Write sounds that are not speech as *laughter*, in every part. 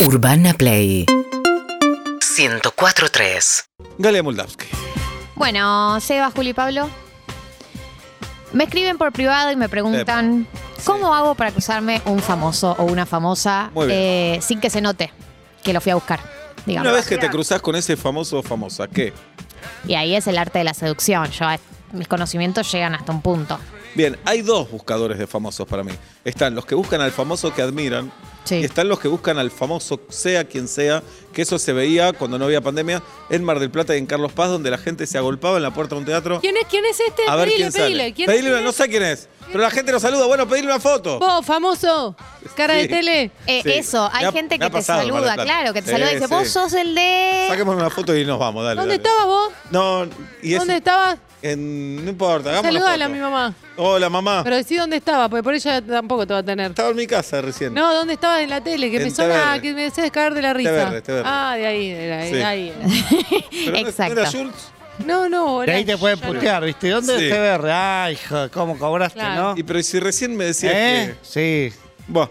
Urbana Play 104.3 Galia Moldavsky. Bueno, Seba, Juli Pablo. Me escriben por privado y me preguntan cómo hago para cruzarme un famoso o una famosa Muy bien. eh, sin que se note que lo fui a buscar. Digamos. Una vez que te cruzas con ese famoso o famosa, ¿qué? Y ahí es el arte de la seducción. Yo, a- mis conocimientos llegan hasta un punto. Bien, hay dos buscadores de famosos para mí. Están los que buscan al famoso que admiran Sí. y están los que buscan al famoso, sea quien sea, que eso se veía cuando no había pandemia en Mar del Plata y en Carlos Paz, donde la gente se agolpaba en la puerta de un teatro. ¿Quién es, quién es este? A ver pedile, quién sale. pedile. ¿Quién Pedile una- quién no sé quién es, pero la gente lo saluda. Bueno, pedile una foto. Vos, famoso. Cara Sí. de tele. Eh, Sí. Eso, hay Me ha- gente me ha que te pasado en Mar del Plata. saluda, claro, que te Sí, saluda y dice, sí. vos sos el de... Saquemos una foto y nos vamos, dale. ¿Dónde dale. estabas vos? No, y es- ¿Dónde estabas? en- no importa, hagamos una Saludala a foto. mi mamá. Hola, mamá. Pero decí dónde estaba, porque por ella tampoco te va a tener. Estaba en mi casa recién. No, ¿dónde estabas en la tele? Que En me suena, TVR. que me haces caer de la risa. TVR, TVR. Ah, de ahí, de ahí, Sí. de ahí. era. Pero no- ¿no Exacto. era Schultz? No, no, De ahí te pueden ya no. putear, ¿viste? ¿Dónde Sí. te ver? Ah, hijo, ¿cómo cobraste, Claro. no? Y pero si recién me decías que. ¿Eh? Sí, Buah,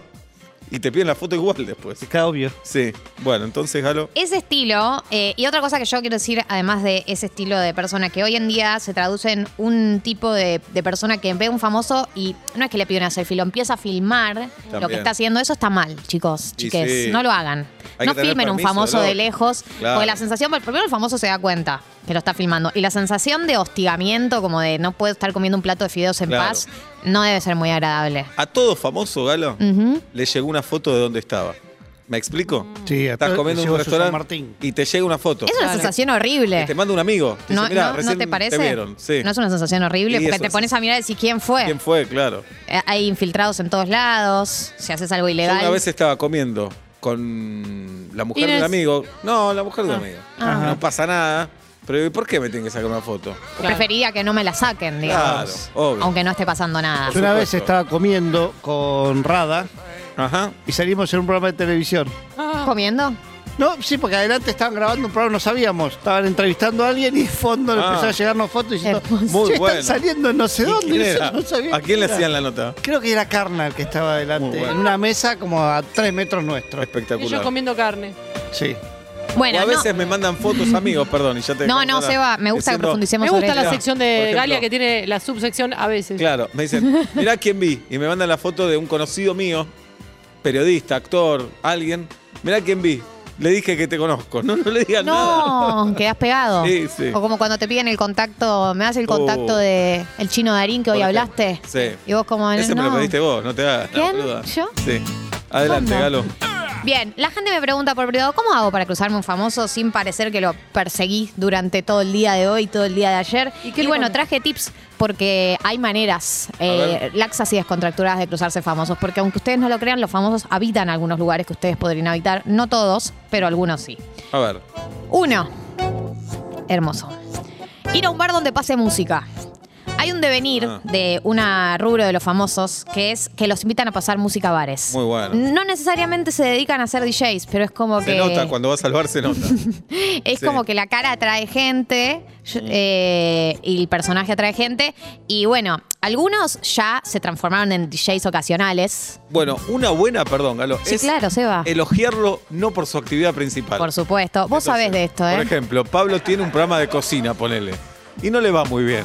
y te piden la foto igual después. está obvio. Sí. Bueno, entonces, Galo. Ese estilo, eh, y otra cosa que yo quiero decir, además de ese estilo de persona que hoy en día se traduce en un tipo de, de persona que ve a un famoso y no es que le pide una selfie, lo empieza a filmar lo que También. está haciendo. Eso está mal, chicos, Y chiques. sí. No lo hagan. Hay no que tener filmen un permiso, famoso ¿no? de lejos, Claro. porque la sensación, primero el famoso se da cuenta que lo está filmando, y la sensación de hostigamiento, como de no puedo estar comiendo un plato de fideos en Claro. paz, no debe ser muy agradable. A todo famoso, Galo, Ujú. le llegó una foto de dónde estaba. ¿Me explico? Mm. Sí, a Estás todo- comiendo le en un llegó Susan restaurante Martín. y te llega una foto. Es una sensación horrible. Que te manda un amigo. Te No, dice, "Mirá, no- no recién te parece? vieron. Sí. No es una sensación horrible, Y porque eso te es- pones a mirar y decís quién fue. ¿Quién fue? Claro. Eh, Hay infiltrados en todos lados, si haces algo Yo ilegal. una vez estaba comiendo con la mujer ¿Quién de un es? amigo. No, la Ah. mujer de un amigo. Ajá. No pasa nada. Pero ¿y ¿por qué me tienen que sacar una foto? Claro. Preferiría que no me la saquen, digamos. Claro, obvio. Aunque no esté pasando nada. Yo una vez supuesto. estaba comiendo con Rada Ajá. y salimos en un programa de televisión. Ah, ¿Comiendo? No, sí, porque adelante estaban grabando un programa, no sabíamos. Estaban entrevistando a alguien y de fondo le Ah. empezó a llegarnos fotos diciendo, Hermoso. Muy "Che, bueno. están saliendo en no sé ¿Y quién dónde. era? Yo no sabía ¿A quién le era. hacían la nota? Creo que era Carnal que estaba Muy adelante, bueno. en una mesa como a tres metros *laughs* nuestro. Espectacular. y yo comiendo carne. Sí. o Bueno, a no. veces me mandan fotos amigos, perdón, y ya te No, no, ahora, Seba, me gusta que diciendo- profundicemos Me sobre gusta la esto. sección Por de ejemplo. Galia que tiene la subsección a veces. Claro, me dicen, mirá quién vi. Y me mandan la foto de un conocido mío, periodista, actor, alguien. Mirá quién vi. Le dije que te conozco. *laughs* No, no le digas nada. No, *laughs* quedás pegado. Sí, sí. O como cuando te piden el contacto, me das el contacto Oh. de el chino Darín que hoy Por ejemplo. hablaste. Sí. Y vos como Ese me no. lo pediste vos, no te hagas. la ¿Quién? boluda. ¿Yo? Sí. Adelante, ¿Cómo? Galo. Bien, la gente me pregunta por privado, ¿cómo hago para cruzarme un famoso sin parecer que lo perseguí durante todo el día de hoy, todo el día de ayer? ¿Y Y, qué le bueno, contestás? traje tips porque hay maneras ver. eh, laxas y descontracturadas de cruzarse famosos, porque aunque ustedes no lo crean, los famosos habitan algunos lugares que ustedes podrían habitar, no todos, pero algunos sí. A ver. Uno, hermoso. Ir a un bar donde pase música. Hay un devenir Ah. de una rubro de los famosos que es que los invitan a pasar música a bares. Muy bueno. No necesariamente se dedican a ser DJs, pero es como Se que. nota, cuando vas al bar se *laughs* nota. Es Sí. como que la cara atrae gente yo- eh, y el personaje atrae gente. Y bueno, algunos ya se transformaron en DJs ocasionales. Bueno, una buena, perdón, Galo. Sí, es claro, Seba. Elogiarlo no por su actividad principal. Por supuesto. Vos sabés de esto, ¿eh? Por ejemplo, Pablo tiene un programa de cocina, ponele. Y no le va muy *laughs* bien.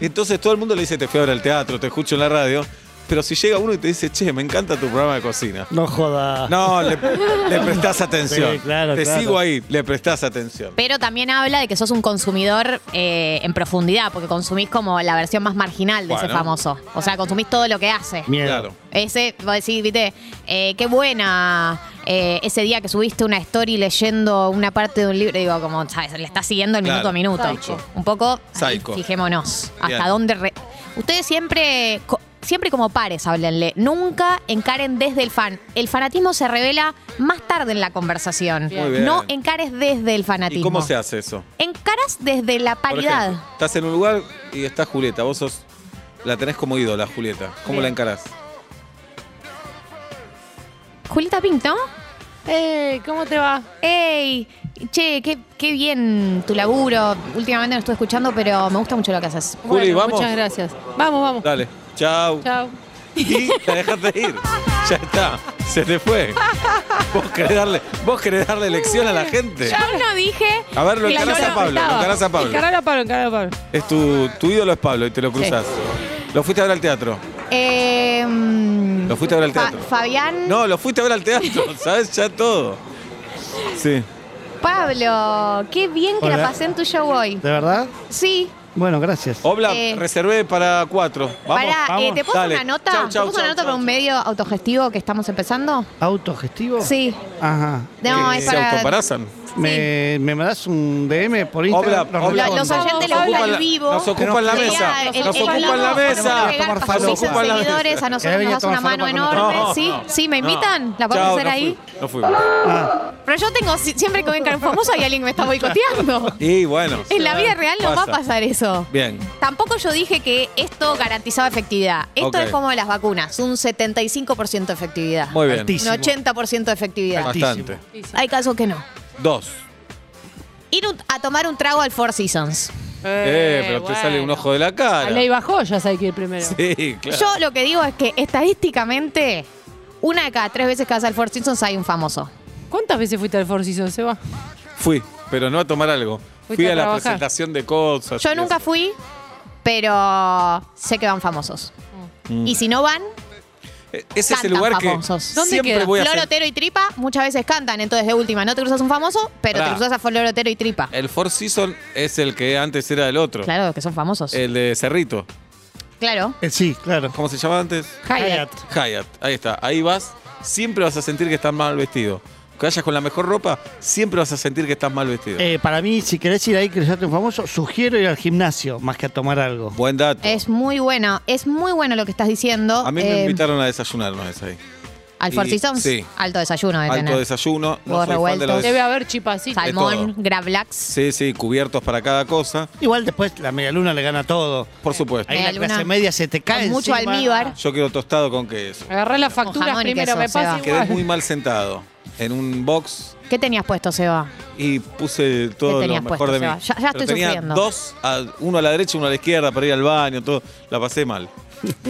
Entonces todo el mundo le dice, te fui a ver al teatro, te escucho en la radio. Pero si llega uno y te dice, che, me encanta tu programa de *laughs* cocina. No joda. No, le, le prestás atención. Sí, claro, te claro. sigo ahí, le prestás atención. Pero también habla de que sos un consumidor eh, en profundidad, porque consumís como la versión más marginal de ese Bueno. famoso. O sea, consumís todo lo que hace. Miedo. Claro. Ese, vos decís, viste, eh, qué buena eh, ese día que subiste una story leyendo una parte de un libro. Digo, como, ¿sabes? Le está siguiendo el Claro. minuto a Psycho. minuto. Un poco, ahí Psycho. fijémonos. Bien. Hasta dónde... re- Ustedes siempre... co- Siempre como pares háblenle, nunca encaren desde el fan. El fanatismo se revela más tarde en la conversación. Bien. Muy bien. No encares desde el ¿Y fanatismo. cómo se hace eso? Encaras desde la Por paridad. ejemplo, estás en un lugar y está Julieta. Vos sos, la tenés como ídola, Julieta. ¿Cómo Bien. la encarás? Julieta Pinto, Eh, ¿cómo te va? ¡Ey! Che, qué, qué bien tu laburo. Últimamente no estuve escuchando, pero me gusta mucho lo que haces. Juli, vamos. Muchas gracias. Vamos, vamos. Dale. Chau. Chao. y la dejaste ir. Ya está, se te fue. Vos querés darle, vos querés darle lección a la gente. Yo no dije. A ver, lo que encarás a Pablo, lo encarás a Pablo. Encarala a Pablo, encarala a Pablo. Es tu, tu ídolo es Pablo y te lo cruzas. Lo fuiste a ver al teatro. Eh, Lo fuiste a ver al Ah. teatro. Fabián. No, lo fuiste a ver al teatro, *laughs* ¿sabes? Ya todo. Sí. Pablo, qué bien que la Hola. pasé en tu show hoy. ¿De verdad? Sí. Bueno, gracias. Obla, Eh. reservé para cuatro. Vamos. Pará, eh, vamos. ¿te puedo Dale. una nota? Chau, chau, ¿Te puedo una chau, nota chau, para un chau. medio autogestivo que estamos empezando? ¿Autogestivo? Sí. Ajá. No, Que es se para. autoparazan. ¿Me, ¿Me mandás un DM por Instagram? Obla, Obla, Los- los nos oyentes le ocupan gustan el la- vivo. Nos ocupan la mesa. Sería el- Nos el ocupan vivo, la podemos misa. agregar Nos pasos ocupan la seguidores, mesa. a Que nosotros venga nos a das una tomar mano falopa con enorme. No, sí, no. sí, me No. invitan. ¿La podemos Chao, hacer no ahí? fui, no fuimos. Pero yo tengo, si- siempre que voy a encarar un famoso hay alguien que me *laughs* está boicoteando. Y bueno. En la vida real no va a pasa. pasar eso. Bien. Tampoco yo dije que esto garantizaba efectividad. Esto Ok. es como las vacunas, un 75% de efectividad. Muy bien. un Altísimo. 80% de efectividad. Altísimo. Bastante. Hay casos que no. Dos. Ir un- a tomar un trago al Four Seasons. Eh, pero te sale un ojo de la A cara. Ley bajó, ya hay que ir primero. Sí, claro. Yo lo que digo es que estadísticamente, una de cada tres veces que vas al Four Seasons hay un famoso. ¿Cuántas veces fuiste al Four Seasons, Seba? Pues- Fui, pero no a tomar algo. Fui a a la trabajar. presentación de cosas. Yo y nunca eso. fui, pero sé que van famosos. Mm. Y si no van, Eh, Ese es el cantan lugar que famosos. ¿Dónde siempre queda? voy a Flor hacer. Otero y Tripa muchas veces cantan, entonces de última, no te cruzas un famoso, pero Pará. te cruzas a Flor Otero y Tripa. El Four Seasons es el que antes era el otro. Claro, que son famosos. El de Cerrito. claro. Eh, sí, claro. ¿Cómo se llamaba antes? Hayat. Hyatt. Ahí está. Ahí vas. Siempre vas a sentir que estás mal vestido. Que vayas con la mejor ropa, siempre vas a sentir que estás mal vestido. Eh, para mí, si querés ir ahí y cruzarte un famoso, sugiero ir al gimnasio más que a tomar algo. Buen dato. Es muy bueno, es muy bueno lo que estás diciendo. a mí eh, me invitaron a desayunar una vez ahí. Al Four y- Seasons, sí. alto desayuno de Alto tener. desayuno. No soy fan Huevos de los revueltos. Debe haber chipacito. Sal- Salmón, todo. Gravlax. Sí, sí, cubiertos para cada cosa. Igual después la medialuna le gana todo. Eh, Por supuesto. Ahí Media la luna. clase media se te cae Con mucho encima. almíbar. Yo quiero tostado con queso. Agarrá las facturas jamón y primero, queso, me pasa Seba. Quedé igual. muy mal sentado en un box ¿Qué tenías puesto, Seba? y puse todo ¿Qué lo tenías mejor puesto, de mí. Seba? Ya- ya Pero estoy tenía sufriendo. dos, a- uno a la derecha, uno a la izquierda para ir al baño, todo. La pasé *laughs* mal.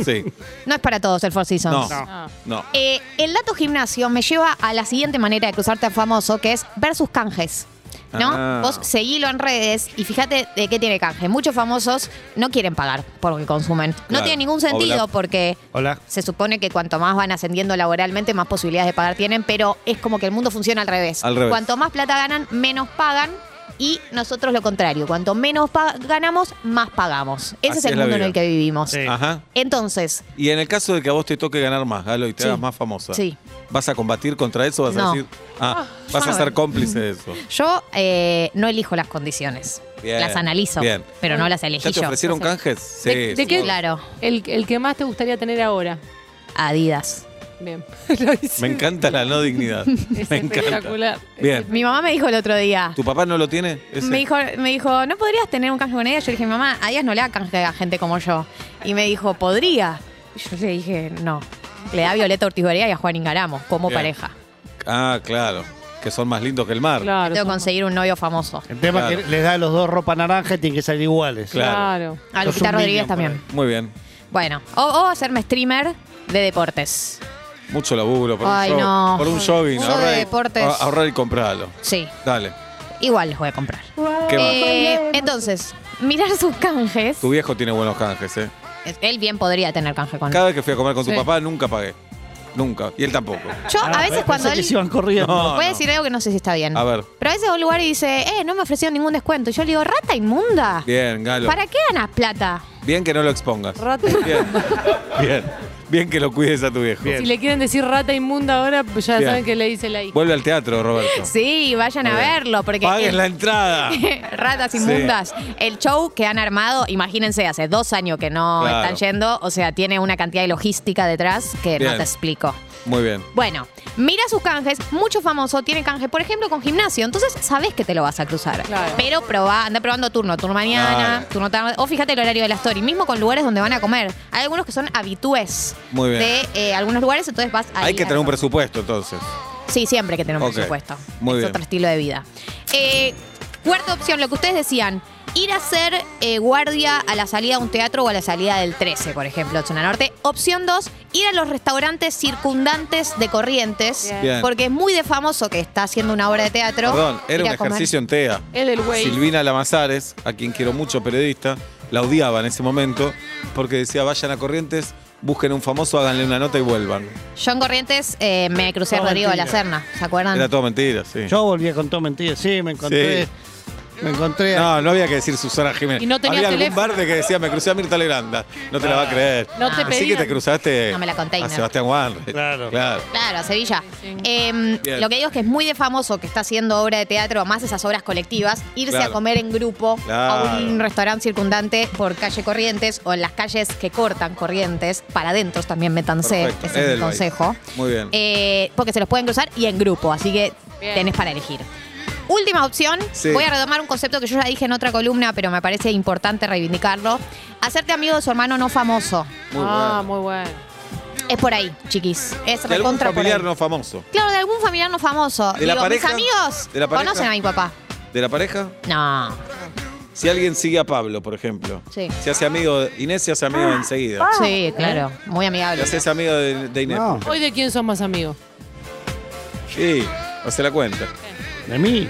Sí. No es para todos el Four No, Seasons. No. no. Eh, el dato gimnasio me lleva a la siguiente manera de cruzarte a famoso, que es versus canjes. ¿No? Ah. Vos seguilo en redes y fíjate de qué tiene canje. Muchos famosos no quieren pagar por lo que consumen. No Claro. tiene ningún sentido Hola. porque Hola. se supone que cuanto más van ascendiendo laboralmente, más posibilidades de pagar tienen, pero es como que el mundo funciona al revés. Al revés. Cuanto más plata ganan, menos pagan. Y nosotros lo contrario, cuanto menos pa- ganamos, más pagamos. Así Ese es el es la mundo en vida. el que vivimos. Sí. Ajá. Entonces, Y en el caso de que a vos te toque ganar más, Galo, y te Sí. hagas más famosa, Sí. ¿vas a combatir contra eso? ¿Vas No. a decir, ah, Ah, vas a bueno. ser cómplice de eso? Yo eh, no elijo las condiciones. Bien, las analizo, bien. pero no las elegí ¿Ya te yo. ofrecieron O sea, canjes? Sí. ¿De- de qué? supongo. Claro, El, el que más te gustaría tener ahora. Adidas. Bien. *laughs* Lo hice. Me encanta la no *laughs* dignidad. Es Me encanta. espectacular. Bien. Mi mamá me dijo el otro día. ¿Tu papá no lo tiene? ese? Me dijo, me dijo, ¿no podrías tener un canje con Adidas? Yo le dije, mamá, Adidas no le da canje a gente como yo. Y me dijo, ¿podría? Y yo le dije, no. Le da a Violeta Ortigorea y a Juan Ingaramo como Bien. pareja. Ah, claro. Que son más lindos que el mar. Claro. Tengo que conseguir un novio famoso. El tema es Claro. que les da a los dos ropa naranja y tienen que salir iguales. Claro. Claro. A Sos Lupita un Rodríguez minion, también. Muy bien. Bueno, o, o hacerme streamer de deportes. Mucho laburo por, Ay, un, jog- no. por un jogging. Yo de ahorrar, y- deportes. a- ahorrar y comprarlo. Sí, Dale. igual les voy a comprar. ¿Qué va? Eh, entonces, mirar sus canjes. Tu viejo tiene buenos canjes, ¿eh? Él bien podría tener canje con Cada vez que fui a comer con tu Sí. papá nunca pagué. Nunca. Y él tampoco. Yo Ah, a veces pensé cuando que él... se iban corriendo. No. Voy a decir algo que no sé si está bien. A ver. Pero a veces va a un lugar y dice, eh, no me ofrecieron ningún descuento. Y yo le digo, rata inmunda. Bien, Galo. ¿Para qué ganas plata? Bien que no lo expongas. Rata. Bien. Bien. Bien que lo cuides a tu viejo. Bien. Si le quieren decir rata inmunda ahora, pues ya Bien. saben que le dice la I. Vuelve al teatro, Roberto. Sí, vayan a Muy bien. verlo, porque... Paguen el- la entrada. *laughs* Ratas Sí. inmundas. El show que han armado, imagínense, hace dos años que no Claro. están yendo, o sea, tiene una cantidad de logística detrás que no Bien. te explico. Muy bien. Bueno, mira sus canjes, mucho famoso tiene canje, por ejemplo, con gimnasio, entonces sabes que te lo vas a cruzar. Claro. Pero probá, anda probando turno, turno mañana, Claro. turno tarde, o fíjate el horario de la story, mismo con lugares donde van a comer. Hay algunos que son habitués Muy bien. de eh, algunos lugares, entonces vas ahí Hay que a tener un comer. presupuesto entonces. Sí, siempre hay que tener un Ok. presupuesto. Muy es bien. otro estilo de vida. Eh, cuarta opción, lo que ustedes decían, Ir a ser eh, guardia a la salida de un teatro o a la salida del 13, por ejemplo, zona norte. Opción 2, ir a los restaurantes circundantes de Corrientes, Bien. Bien. porque es muy de famoso que está haciendo una obra de teatro. Perdón, ir era un a comer. ejercicio en TEA. El del güey. Silvina Lamazares, a quien quiero mucho, periodista, la odiaba en ese momento porque decía vayan a Corrientes, busquen a un famoso, háganle una nota y vuelvan. Yo en Corrientes eh, me crucé a Todo Rodrigo de la mentira. Serna, ¿se acuerdan? Era todo mentira, sí. Yo volví con todo mentira. Sí, me encontré. Sí. Me encontré. a- No, no había que decir Susana Jiménez. Y no tenía había algún teléfono. barde que decía me crucé a Mirta Legranda. No te la va a creer. No te Así que pedían. te cruzaste No me la conté, a no. Sebastián Juan. Claro. Claro. Claro, a Sevilla. Sí. Eh, Bien. lo que digo es que es muy de famoso que está haciendo obra de teatro, más esas obras colectivas, irse Claro. a comer en grupo a Claro. un restaurante circundante por calle Corrientes o en las calles que cortan Corrientes, para adentro también métanse, Perfecto. ese es mi Edelweiss. consejo. Muy bien. Eh, porque se los pueden cruzar y en grupo, así que Bien. tenés para elegir. Última opción, Sí. voy a retomar un concepto que yo ya dije en otra columna, pero me parece importante reivindicarlo. Hacerte amigo de su hermano no famoso. Muy ah, bueno. muy bueno. Es por ahí, chiquis. Es De algún recontra por ahí. familiar no famoso. Claro, de algún familiar no famoso. ¿De la Digo, pareja? mis amigos ¿De la pareja? conocen a mi papá. ¿De la pareja? No. Si alguien sigue a Pablo, por ejemplo. Sí. Ah, Se hace amigo, de- Inés se hace amigo enseguida. Sí, claro. ¿Eh? Muy amigable. Te haces amigo de, de Inés. No. ¿Hoy de quién sos más amigo? Sí, hace la cuenta. De mí.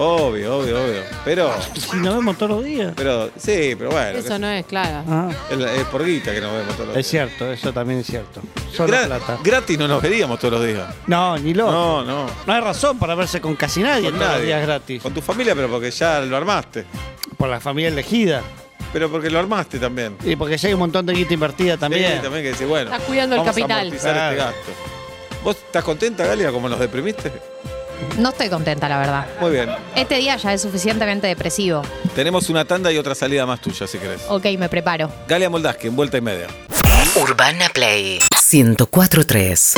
Obvio, obvio, obvio. Pero, Si nos vemos todos los días. pero, sí, pero bueno. qué Eso sé no es, claro. Ah, yo. Es, la- es por guita que nos vemos todos los es días. cierto, eso también es cierto. Solo Gra- plata. Gratis no nos veríamos todos los días. No, ni loco. No. No, no. hay razón para verse con casi nadie Con todos nadie. los días gratis. Con tu familia, pero porque ya lo armaste. Por la familia elegida. Pero porque lo armaste también. Y porque ya hay un montón de guita invertida también. Sí, también que decís, bueno. Estás cuidando el vamos a capital. amortizar este Claro. gasto. ¿Vos estás contenta, Galia, como nos deprimiste? No estoy contenta, la verdad. Muy bien. Este día ya es suficientemente depresivo. Tenemos una tanda y otra salida más tuya, si querés. Ok, me preparo. Galia Moldaski, en vuelta y media. Urbana Play 104.3